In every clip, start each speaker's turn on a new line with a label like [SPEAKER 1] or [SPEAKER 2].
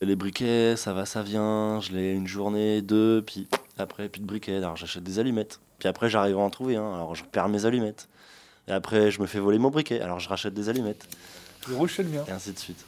[SPEAKER 1] les briquets, ça va, ça vient. Je l'ai une journée, deux, puis après, plus de briquets. Alors j'achète des allumettes. Puis après, j'arrive à en trouver. hein. Alors je perds mes allumettes. Et après, je me fais voler mon briquet. Alors je rachète des allumettes.
[SPEAKER 2] Le rouge, c'est le mien.
[SPEAKER 1] Et ainsi de suite.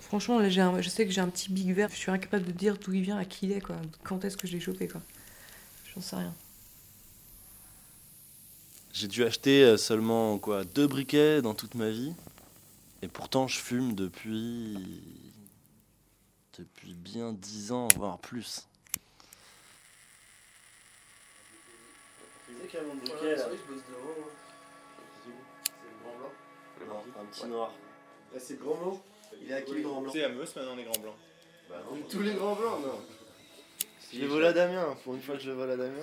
[SPEAKER 3] Franchement, là, j'ai un- je sais que j'ai un petit big vert. Je suis incapable de dire d'où il vient, à qui il est, quoi. Quand est-ce que je l'ai chopé, quoi. J'en sais rien.
[SPEAKER 1] J'ai dû acheter euh, seulement quoi deux briquets dans toute ma vie. Et pourtant, je fume depuis. depuis bien dix ans, voire plus.
[SPEAKER 4] hein.
[SPEAKER 1] un petit noir.
[SPEAKER 4] c'est grand blanc. Il est à qui le grand blanc
[SPEAKER 5] C'est à Meuse maintenant les grands blancs.
[SPEAKER 4] Tous les grands blancs, non.
[SPEAKER 1] Je l'ai volé à Damien, pour une fois que je le vole à Damien.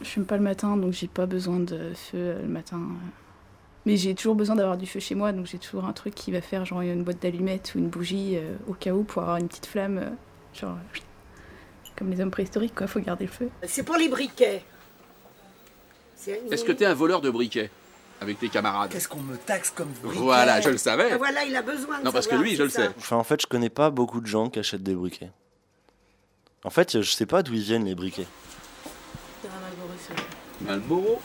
[SPEAKER 6] Je fume pas le matin, donc j'ai pas besoin de feu euh, le matin. euh. Mais j'ai toujours besoin d'avoir du feu chez moi, donc j'ai toujours un truc qui va faire genre une boîte d'allumettes ou une bougie euh, au cas où pour avoir une petite flamme, euh, genre euh, comme les hommes préhistoriques quoi, faut garder le feu.
[SPEAKER 7] C'est pour les briquets. C'est une-
[SPEAKER 8] Est-ce que t'es un voleur de briquets avec tes camarades
[SPEAKER 4] Qu'est-ce qu'on me taxe comme briquet
[SPEAKER 5] euh,
[SPEAKER 8] Voilà, je le savais.
[SPEAKER 7] Ah, Voilà, il a besoin de
[SPEAKER 8] Non, parce que
[SPEAKER 7] savoir
[SPEAKER 8] lui, je
[SPEAKER 7] tout
[SPEAKER 8] le
[SPEAKER 7] ça.
[SPEAKER 8] sais.
[SPEAKER 1] Enfin, en fait, je connais pas beaucoup de gens qui achètent des briquets. En fait, je sais pas d'où ils viennent les briquets.
[SPEAKER 8] Malboro,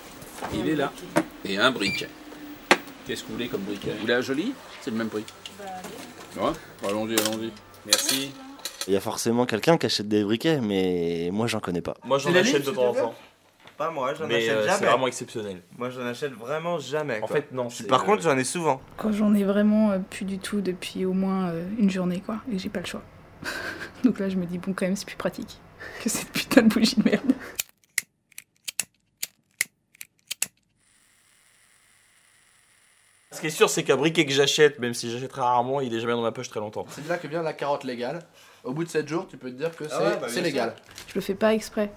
[SPEAKER 8] il est là. Et un briquet. Qu'est-ce que vous voulez comme briquet Vous voulez un joli C'est le même prix. Ouais, bah, allons-y, allons-y.
[SPEAKER 5] Merci.
[SPEAKER 1] Il y a forcément quelqu'un qui achète des briquets, mais moi, j'en connais pas.
[SPEAKER 5] Moi j'en
[SPEAKER 2] la
[SPEAKER 5] achète
[SPEAKER 2] lime,
[SPEAKER 5] de
[SPEAKER 2] s'il
[SPEAKER 5] temps en
[SPEAKER 2] te plaît
[SPEAKER 5] temps.
[SPEAKER 4] Pas moi, j'en
[SPEAKER 5] Mais
[SPEAKER 4] achète
[SPEAKER 5] euh, c'est
[SPEAKER 4] jamais.
[SPEAKER 5] vraiment exceptionnel.
[SPEAKER 4] Moi, j'en achète vraiment jamais.
[SPEAKER 5] En
[SPEAKER 4] quoi.
[SPEAKER 5] fait, non.
[SPEAKER 4] Je-
[SPEAKER 5] c'est-
[SPEAKER 4] par contre, j'en ai souvent.
[SPEAKER 6] Quand j'en ai vraiment euh, plus du tout depuis au moins euh, une journée quoi, et j'ai pas le choix. donc là je me dis bon quand même c'est plus pratique que cette putain de bougie de merde.
[SPEAKER 5] Ce qui est sûr, c'est qu'un briquet que j'achète, même si j'achète rarement, il est jamais dans ma poche très longtemps.
[SPEAKER 9] C'est de là que vient la carotte légale. Au bout de 7 jours, tu peux te dire que c'est
[SPEAKER 5] ouais, bah,
[SPEAKER 9] c'est
[SPEAKER 5] bien
[SPEAKER 9] légal.
[SPEAKER 6] Je le fais pas exprès.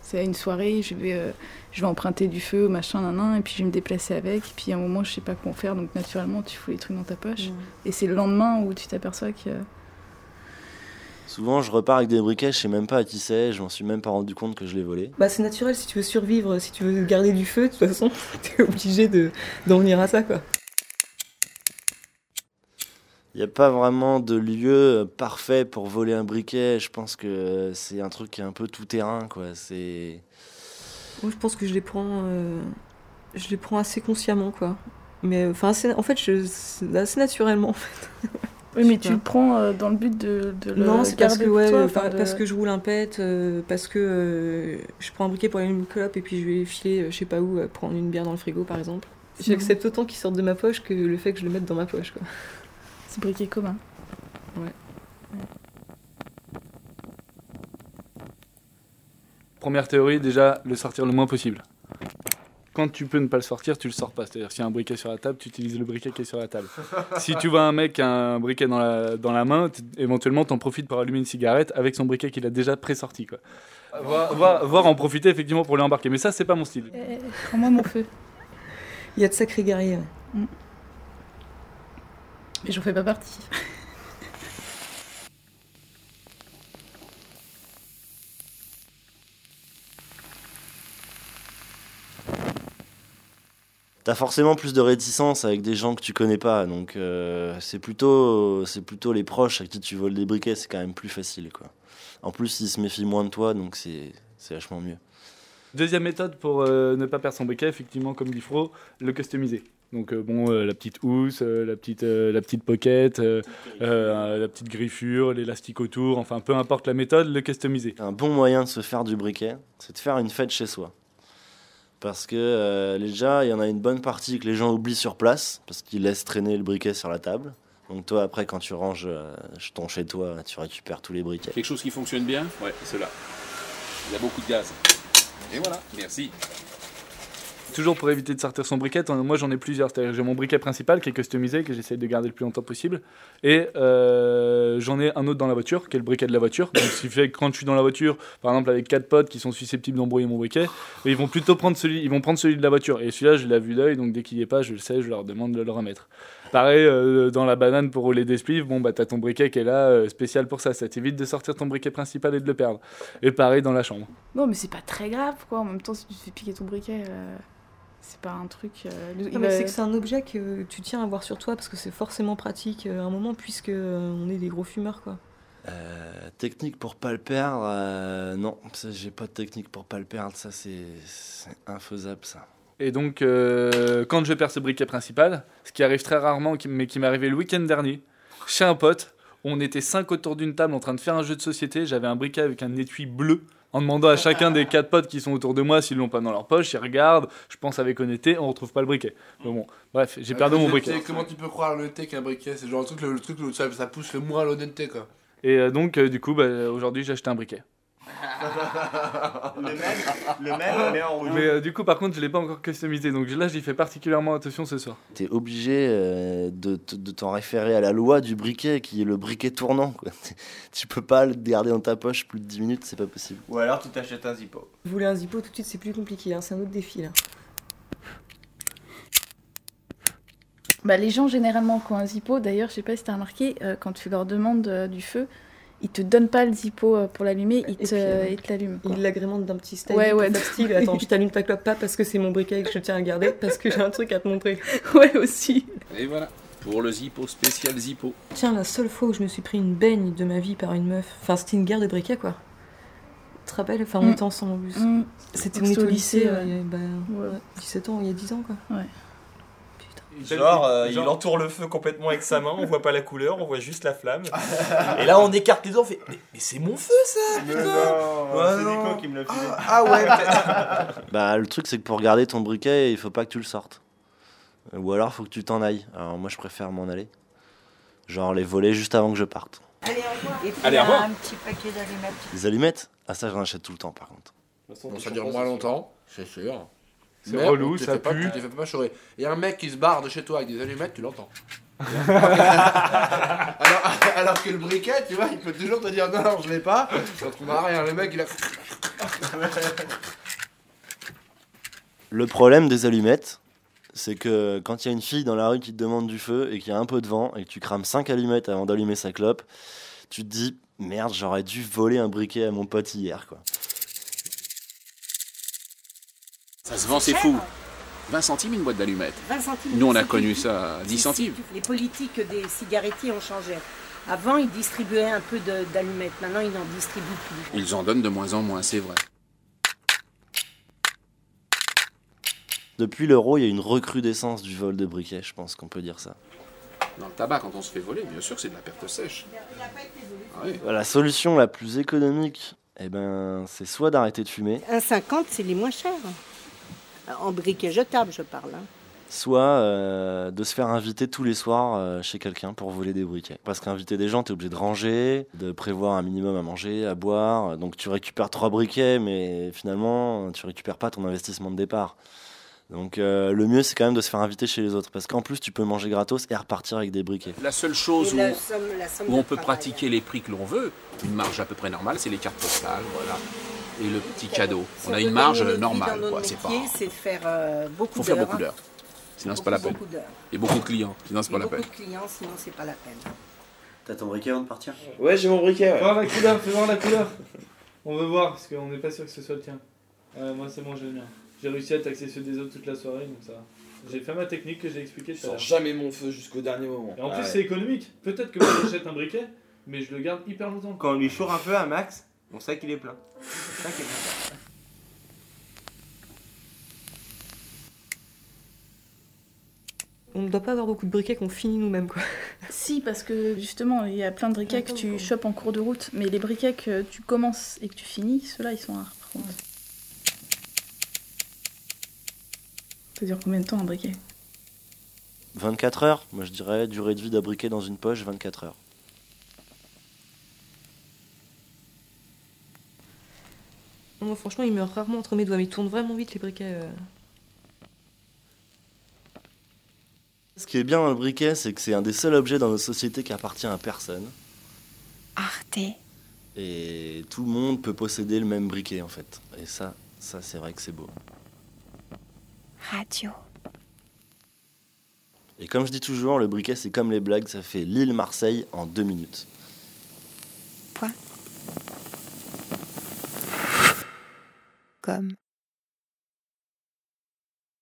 [SPEAKER 6] C'est à une soirée, je vais, euh, je vais emprunter du feu, machin, nan, nan, et puis je vais me déplacer avec. Et puis à un moment, je sais pas comment faire, donc naturellement, tu fous les trucs dans ta poche. Et c'est le lendemain où tu t'aperçois que.
[SPEAKER 1] Souvent, je repars avec des briquets, je sais même pas à qui c'est, je m'en suis même pas rendu compte que je les volé.
[SPEAKER 3] Bah, c'est naturel, si tu veux survivre, si tu veux garder du feu, de toute façon, t'es obligé de, d'en venir à ça, quoi.
[SPEAKER 1] Il n'y a pas vraiment de lieu euh, parfait pour voler un briquet. Je pense que c'est un truc qui est un peu tout terrain, quoi. C'est
[SPEAKER 3] Moi, je pense que je les prends, euh, je les prends assez consciemment, quoi. Mais enfin, assez- en fait, je, c'est assez naturellement. en fait.
[SPEAKER 6] Oui, mais
[SPEAKER 3] Super.
[SPEAKER 6] tu le prends euh, dans le but de, de le.
[SPEAKER 3] non, c'est parce
[SPEAKER 6] garder
[SPEAKER 3] que
[SPEAKER 6] pour
[SPEAKER 3] ouais,
[SPEAKER 6] toi,
[SPEAKER 3] euh,
[SPEAKER 6] enfin,
[SPEAKER 3] par-
[SPEAKER 6] de-
[SPEAKER 3] parce que je roule un pet, euh, parce que euh, je prends un briquet pour aller une clope et puis je vais filer, euh, je sais pas où, euh, prendre une bière dans le frigo, par exemple. J'accepte autant qu'il sorte de ma poche que le fait que je le mette dans ma poche, quoi.
[SPEAKER 6] C'est briquet commun.
[SPEAKER 2] Première théorie, déjà, le sortir le moins possible. Quand tu peux ne pas le sortir, tu le sors pas. C'est-à-dire, s'il y a un briquet sur la table, tu utilises le briquet qui est sur la table. si tu vois un mec qui a un briquet dans la, dans la main, t- éventuellement, t'en profites pour allumer une cigarette avec son briquet qu'il a déjà pré-sorti. Quoi.
[SPEAKER 5] Ah,
[SPEAKER 2] Voir, voir- voir en profiter, effectivement, pour l'embarquer. Mais ça, c'est pas mon style.
[SPEAKER 6] Eh, Prends-moi mon feu.
[SPEAKER 3] Il y a de sacrés guerriers. ouais.
[SPEAKER 6] Mais j'en fais pas partie.
[SPEAKER 1] T'as forcément plus de réticence avec des gens que tu connais pas, donc euh, c'est plutôt c'est plutôt les proches à qui tu voles des briquets, c'est quand même plus facile quoi. En plus, ils se méfient moins de toi, donc c'est c'est vachement mieux.
[SPEAKER 2] Deuxième méthode pour euh, ne pas perdre son briquet, effectivement, comme dit Fro, le customiser. Donc, euh, bon, euh, la petite housse, euh, la, petite, euh, la petite pocket, euh, euh, la petite griffure, l'élastique autour, enfin, peu importe la méthode, le customiser.
[SPEAKER 1] Un bon moyen de se faire du briquet, c'est de faire une fête chez soi. Parce que euh, déjà, il y en a une bonne partie que les gens oublient sur place, parce qu'ils laissent traîner le briquet sur la table. Donc toi, après, quand tu ranges euh, ton chez toi, tu récupères tous les briquets.
[SPEAKER 8] Quelque chose qui fonctionne bien Ouais, c'est là. Il y a beaucoup de gaz. Et voilà, merci.
[SPEAKER 2] Toujours pour éviter de sortir son briquet, t'en- moi j'en ai plusieurs. C'est-à-dire que j'ai mon briquet principal qui est customisé, que j'essaie de garder le plus longtemps possible. Et euh, j'en ai un autre dans la voiture, qui est le briquet de la voiture. Donc, ce qui fait que quand je suis dans la voiture, par exemple avec quatre potes qui sont susceptibles d'embrouiller mon briquet, ils vont plutôt prendre celui, ils vont prendre celui de la voiture. Et celui-là, je l'ai vu d'œil, donc dès qu'il n'y est pas, je le sais, je leur demande de le remettre. Pareil, euh, dans la banane pour rouler des spliffs, bon bah t'as ton briquet qui est là, euh, spécial pour ça. Ça t'évite de sortir ton briquet principal et de le perdre. Et pareil dans la chambre.
[SPEAKER 6] Non, mais c'est pas très grave, quoi. En même temps, si tu te fais piquer ton briquet. euh, C'est pas un truc. euh, le-
[SPEAKER 3] Non,
[SPEAKER 6] il
[SPEAKER 3] mais
[SPEAKER 6] va-
[SPEAKER 3] c'est que c'est un objet que tu tiens à avoir sur toi parce que c'est forcément pratique euh, à un moment puisque euh, on est des gros fumeurs quoi.
[SPEAKER 1] Euh, technique pour pas le perdre, euh, non, ça, j'ai pas de technique pour pas le perdre, ça c'est c'est infaisable ça.
[SPEAKER 2] Et donc, euh, quand je perds ce briquet principal, ce qui arrive très rarement, qui- mais qui m'est arrivé le week-end dernier, chez un pote, on était cinq autour d'une table en train de faire un jeu de société. J'avais un briquet avec un étui bleu. En demandant à chacun des quatre potes qui sont autour de moi s'ils l'ont pas dans leur poche, ils regardent, je pense avec honnêteté, on retrouve pas le briquet. Mais bon, bref, j'ai
[SPEAKER 9] Ah,
[SPEAKER 2] perdu
[SPEAKER 9] je
[SPEAKER 2] mon
[SPEAKER 9] sais,
[SPEAKER 2] briquet.
[SPEAKER 9] Comment tu peux croire le thé qu'un briquet C'est genre le truc, le, le truc où ça, ça pousse le moins à l'honnêteté quoi.
[SPEAKER 2] Et euh, donc, euh, du coup, bah, aujourd'hui, j'ai acheté un briquet.
[SPEAKER 4] Le même, le même, mais en
[SPEAKER 9] Ah.
[SPEAKER 4] rouge.
[SPEAKER 2] Mais euh, du coup, par contre, je l'ai pas encore customisé, donc là, j'y fais particulièrement attention ce soir.
[SPEAKER 1] T'es obligé euh, de, te- de t'en référer à la loi du briquet qui est le briquet tournant. Quoi. Tu peux pas le garder dans ta poche plus de 10 minutes, c'est pas possible.
[SPEAKER 4] Ou alors tu t'achètes un Zippo.
[SPEAKER 3] Vous voulez un zippo tout de suite c'est plus compliqué, hein, c'est un autre défi là.
[SPEAKER 6] Bah, les gens généralement qui ont un zippo, d'ailleurs, je sais pas si t'as remarqué, euh, quand tu leur demandes euh, du feu, ils te donnent pas le zippo euh, pour l'allumer, ils
[SPEAKER 3] Et puis,
[SPEAKER 6] te
[SPEAKER 3] euh,
[SPEAKER 6] ils te l'allument. quoi.
[SPEAKER 3] Il l'agrémente d'un petit style.
[SPEAKER 6] Ouais, ouais,
[SPEAKER 3] pour faire
[SPEAKER 6] donc-
[SPEAKER 3] style. Attends, je t'allume ta clope pas parce que c'est mon briquet et que je tiens à le garder parce que j'ai un truc à te montrer.
[SPEAKER 6] Ouais, aussi.
[SPEAKER 8] Et voilà, pour le Zippo spécial Zippo.
[SPEAKER 3] Tiens, la seule fois où je me suis pris une baigne de ma vie par une meuf, enfin c'était une guerre de briquet quoi. Tu te rappelles Enfin, on
[SPEAKER 6] Mm.
[SPEAKER 3] était ensemble en plus.
[SPEAKER 6] Mm.
[SPEAKER 3] C'était
[SPEAKER 6] C'était
[SPEAKER 3] on était
[SPEAKER 6] au
[SPEAKER 3] au lycée,
[SPEAKER 6] lycée,
[SPEAKER 3] euh,
[SPEAKER 6] ouais.
[SPEAKER 3] il y avait, bah,
[SPEAKER 6] Ouais.
[SPEAKER 3] ouais, 17 ans, il y a 10 ans quoi.
[SPEAKER 5] Genre, euh, il entoure le feu complètement avec sa main, on voit pas la couleur, on voit juste la flamme. Et là, on écarte les doigts, on fait Mais, mais c'est mon feu ça
[SPEAKER 4] Mais
[SPEAKER 5] putain
[SPEAKER 4] non,
[SPEAKER 5] Ouais,
[SPEAKER 4] c'est
[SPEAKER 5] non.
[SPEAKER 4] Nico qui me l'a filé.
[SPEAKER 5] Ah ouais
[SPEAKER 1] Bah, le truc, c'est que pour garder ton briquet, il faut pas que tu le sortes. Ou alors, faut que tu t'en ailles. Alors, moi, je préfère m'en aller. Genre, les voler juste avant que je parte.
[SPEAKER 7] Allez, au revoir. Et puis,
[SPEAKER 8] Allez, au
[SPEAKER 7] là,
[SPEAKER 8] revoir.
[SPEAKER 7] un petit paquet d'allumettes.
[SPEAKER 1] Les allumettes Ah, ça, j'en achète tout le temps, par contre.
[SPEAKER 9] Bon, ça dure moins longtemps, c'est sûr.
[SPEAKER 2] C'est
[SPEAKER 9] Mais
[SPEAKER 2] relou,
[SPEAKER 9] on te
[SPEAKER 2] ça
[SPEAKER 9] fait pas-
[SPEAKER 2] pue.
[SPEAKER 9] Tu t'es fait pas chourer. Et un mec qui se barre de chez toi avec des allumettes, tu l'entends. alors, alors que le briquet, tu vois, il peut toujours te dire non, non, je l'ai pas. Ça te à rien. Le mec, il a.
[SPEAKER 1] Le problème des allumettes, c'est que quand il y a une fille dans la rue qui te demande du feu et qu'il y a un peu de vent et que tu crames 5 allumettes avant d'allumer sa clope, tu te dis merde, j'aurais dû voler un briquet à mon pote hier, quoi.
[SPEAKER 8] Ça se vend, c'est fou. 20 centimes une boîte d'allumettes.
[SPEAKER 7] 20 centimes.
[SPEAKER 8] Nous, on a
[SPEAKER 7] Si
[SPEAKER 8] connu
[SPEAKER 7] tu-
[SPEAKER 8] ça à 10
[SPEAKER 7] si-
[SPEAKER 8] centimes.
[SPEAKER 7] si tu- Les politiques des cigarettiers ont changé. Avant, ils distribuaient un peu de- d'allumettes. Maintenant, ils n'en distribuent plus.
[SPEAKER 8] Ils en donnent de moins en moins, c'est vrai.
[SPEAKER 1] Depuis l'euro, il y a une recrudescence du vol de briquets, je pense qu'on peut dire ça.
[SPEAKER 8] Dans le tabac, quand on se fait voler, bien sûr, c'est de la perte sèche. Ah oui.
[SPEAKER 1] La solution la plus économique, eh ben, c'est soit d'arrêter de fumer,
[SPEAKER 7] 1,50, c'est les moins chers. En briquet jetable, je parle. hein.
[SPEAKER 1] soit euh, de se faire inviter tous les soirs euh, chez quelqu'un pour voler des briquets. Parce qu'inviter des gens, t'es obligé de ranger, de prévoir un minimum à manger, à boire. Donc tu récupères trois briquets, mais finalement, tu récupères pas ton investissement de départ. Donc euh, le mieux, c'est quand même de se faire inviter chez les autres. Parce qu'en plus, tu peux manger gratos et repartir avec des briquets.
[SPEAKER 8] La seule
[SPEAKER 7] Et
[SPEAKER 8] chose où,
[SPEAKER 7] la somme- la somme
[SPEAKER 8] où
[SPEAKER 7] de
[SPEAKER 8] on peut
[SPEAKER 7] travail,
[SPEAKER 8] pratiquer les prix que l'on veut, une marge à peu près normale, c'est les cartes postales, voilà. Et le petit cadeau.
[SPEAKER 7] hein.
[SPEAKER 8] On a
[SPEAKER 7] Si
[SPEAKER 8] une
[SPEAKER 7] veut
[SPEAKER 8] marge
[SPEAKER 7] gagner notre vie
[SPEAKER 8] normale,
[SPEAKER 7] dans notre
[SPEAKER 8] quoi. C'est pas.
[SPEAKER 7] métier, C'est de faire euh, beaucoup
[SPEAKER 8] Faut
[SPEAKER 7] d'heures.
[SPEAKER 8] faire beaucoup
[SPEAKER 7] hein.
[SPEAKER 8] d'heures. Sinon, c'est pas la peine.
[SPEAKER 7] Beaucoup d'heures.
[SPEAKER 8] Et beaucoup de clients. Sinon, c'est
[SPEAKER 7] Et
[SPEAKER 8] pas la
[SPEAKER 7] beaucoup
[SPEAKER 8] peine.
[SPEAKER 7] de clients, sinon c'est pas la peine.
[SPEAKER 5] T'as ton briquet avant de partir
[SPEAKER 4] Ouais, j'ai mon briquet.
[SPEAKER 2] voir la couleur, fais voir la couleur. On veut voir, parce qu'on n'est pas sûr que ce soit le tien. Euh, moi, c'est bon, j'ai le mien. J'ai réussi à taxer ceux des autres toute la soirée, donc ça va. J'ai fait ma technique que j'ai expliquée tout à l'heure.
[SPEAKER 5] jamais mon feu jusqu'au dernier moment.
[SPEAKER 2] Et en plus, c'est économique. Peut-être que moi, j'achète un briquet, mais je le garde hyper longtemps.
[SPEAKER 4] Quand on lui choure un peu à Max, on sait qu'il est plein. C'est ça qui est bien.
[SPEAKER 3] On ne doit pas avoir beaucoup de briquets qu'on finit nous-mêmes quoi.
[SPEAKER 6] Si, parce que justement, il y a plein de briquets que tu chopes en cours de route, mais les briquets que tu commences et que tu finis, ceux-là, ils sont rares. par contre. Ça dure combien de temps un briquet
[SPEAKER 1] 24 heures, moi je dirais, durée de vie d'un briquet dans une poche, 24 heures.
[SPEAKER 3] Non, moi, franchement, ils meurent rarement entre mes doigts, mais ils tournent vraiment vite les briquets. euh.
[SPEAKER 1] Ce qui est bien dans le briquet, c'est que c'est un des seuls objets dans nos sociétés qui appartient à personne.
[SPEAKER 10] Arte.
[SPEAKER 1] Et tout le monde peut posséder le même briquet en fait. Et ça, ça c'est vrai que c'est beau.
[SPEAKER 10] Radio.
[SPEAKER 1] Et comme je dis toujours, le briquet c'est comme les blagues, ça fait Lille-Marseille en deux minutes.
[SPEAKER 10] Comme.